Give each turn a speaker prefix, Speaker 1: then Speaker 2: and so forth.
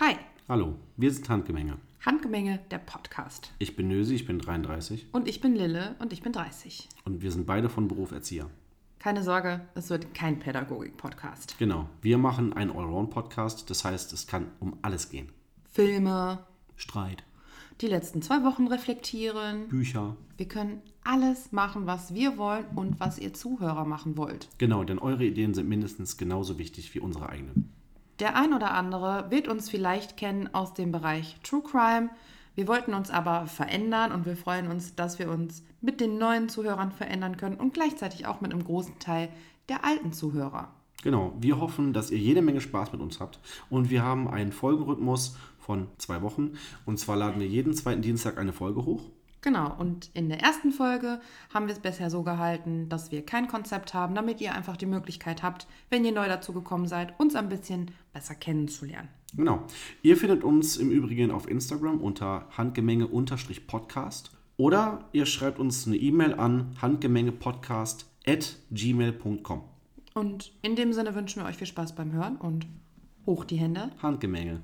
Speaker 1: Hi,
Speaker 2: Hallo, wir sind Handgemenge.
Speaker 1: Handgemenge, der Podcast.
Speaker 2: Ich bin Nösi, ich bin 33
Speaker 1: Und ich bin Lille und ich bin 30.
Speaker 2: und wir sind beide von Beruf Erzieher.
Speaker 1: Keine Sorge, es wird kein Pädagogik-Podcast.
Speaker 2: Genau, wir machen einen Allround-Podcast, das heißt, es kann um alles gehen.
Speaker 1: Filme,
Speaker 2: Streit,
Speaker 1: die letzten zwei Wochen reflektieren.
Speaker 2: Bücher.
Speaker 1: Wir können alles machen, was wir wollen und was ihr Zuhörer machen wollt.
Speaker 2: Genau, denn eure Ideen sind mindestens genauso wichtig wie unsere eigenen.
Speaker 1: Der ein oder andere wird uns vielleicht kennen aus dem Bereich True Crime. Wir wollten uns aber verändern und wir freuen uns, dass wir uns mit den neuen Zuhörern verändern können und gleichzeitig auch mit einem großen Teil der alten Zuhörer.
Speaker 2: Genau, wir hoffen, dass ihr jede Menge Spaß mit uns habt und wir haben einen Folgenrhythmus von zwei Wochen und zwar laden wir jeden zweiten Dienstag eine Folge hoch.
Speaker 1: Genau, und in der ersten Folge haben wir es bisher so gehalten, dass wir kein Konzept haben, damit ihr einfach die Möglichkeit habt, wenn ihr neu dazu gekommen seid, uns ein bisschen besser kennenzulernen.
Speaker 2: Genau. Ihr findet uns im Übrigen auf Instagram unter handgemenge-podcast oder ihr schreibt uns eine E-Mail an handgemengepodcast at gmail.com.
Speaker 1: Und in dem Sinne wünschen wir euch viel Spaß beim Hören und hoch die Hände.
Speaker 2: Handgemenge.